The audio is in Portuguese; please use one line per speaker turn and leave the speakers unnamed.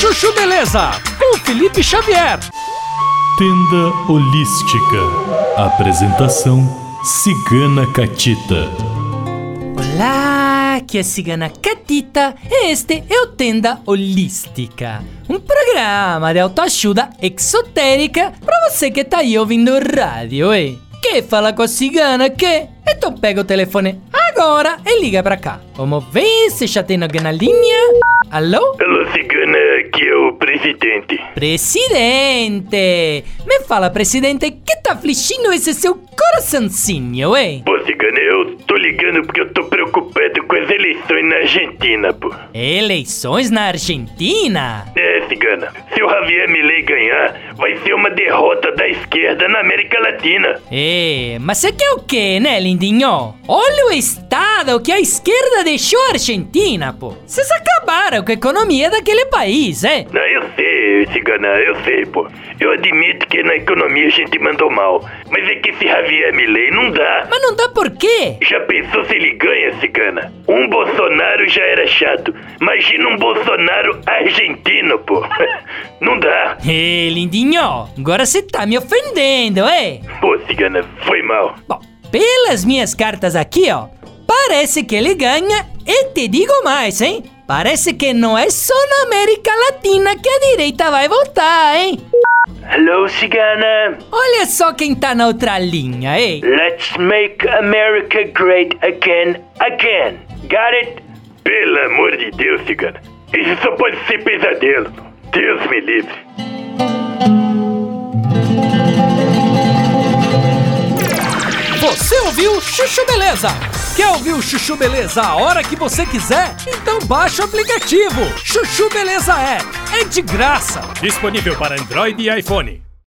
Chuchu Beleza, com Felipe Xavier.
Tenda Holística. Apresentação Cigana Catita.
Olá, aqui é a Cigana Catita e este é o Tenda Holística, um programa de autoajuda exotérica pra você que tá aí ouvindo rádio, hein? Que fala com a cigana que? Então pega o telefone agora e liga pra cá. Vamos ver se já tem alguém na linha. Alô?
Alô, cigana, aqui é o presidente.
Presidente! Me fala, presidente, que tá afligindo esse seu coraçãozinho, hein?
Pô, cigana, eu tô ligando porque eu tô preocupado com as eleições na Argentina, pô.
Eleições na Argentina?
É, cigana, se o Javier Milei ganhar, vai ser uma derrota da esquerda na América Latina.
É, mas você quer o quê, né, lindinho? Olha o estado que a esquerda deixou a Argentina, pô. Vocês acabaram com a economia daquele país, é?
Não, eu sei, cigana, eu sei, pô. Eu admito que na economia a gente mandou mal, mas é que esse Javier Milei não dá.
Mas não dá por quê?
Já pensou se ele ganha, cigana? Um Bolsonaro já era chato. Imagina um Bolsonaro argentino, pô. Não dá.
Ê, lindinho, agora você tá me ofendendo, é?
Pô, cigana, foi mal.
Bom, pelas minhas cartas aqui, ó, parece que ele ganha e te digo mais, hein? Parece que não é só na América Latina que a direita vai eh? votar, hein?
Hello, cigana.
Olha só quem tá na outra linha, hein?
Let's make America great again, again. Got it? Pelo amor de Deus, cigana. Isso só pode ser pesadelo. Deus me livre.
Você ouviu Chuchu Beleza? Quer ouvir o Chuchu Beleza a hora que você quiser? Então baixa o aplicativo. Chuchu Beleza é. É de graça.
Disponível para Android e iPhone.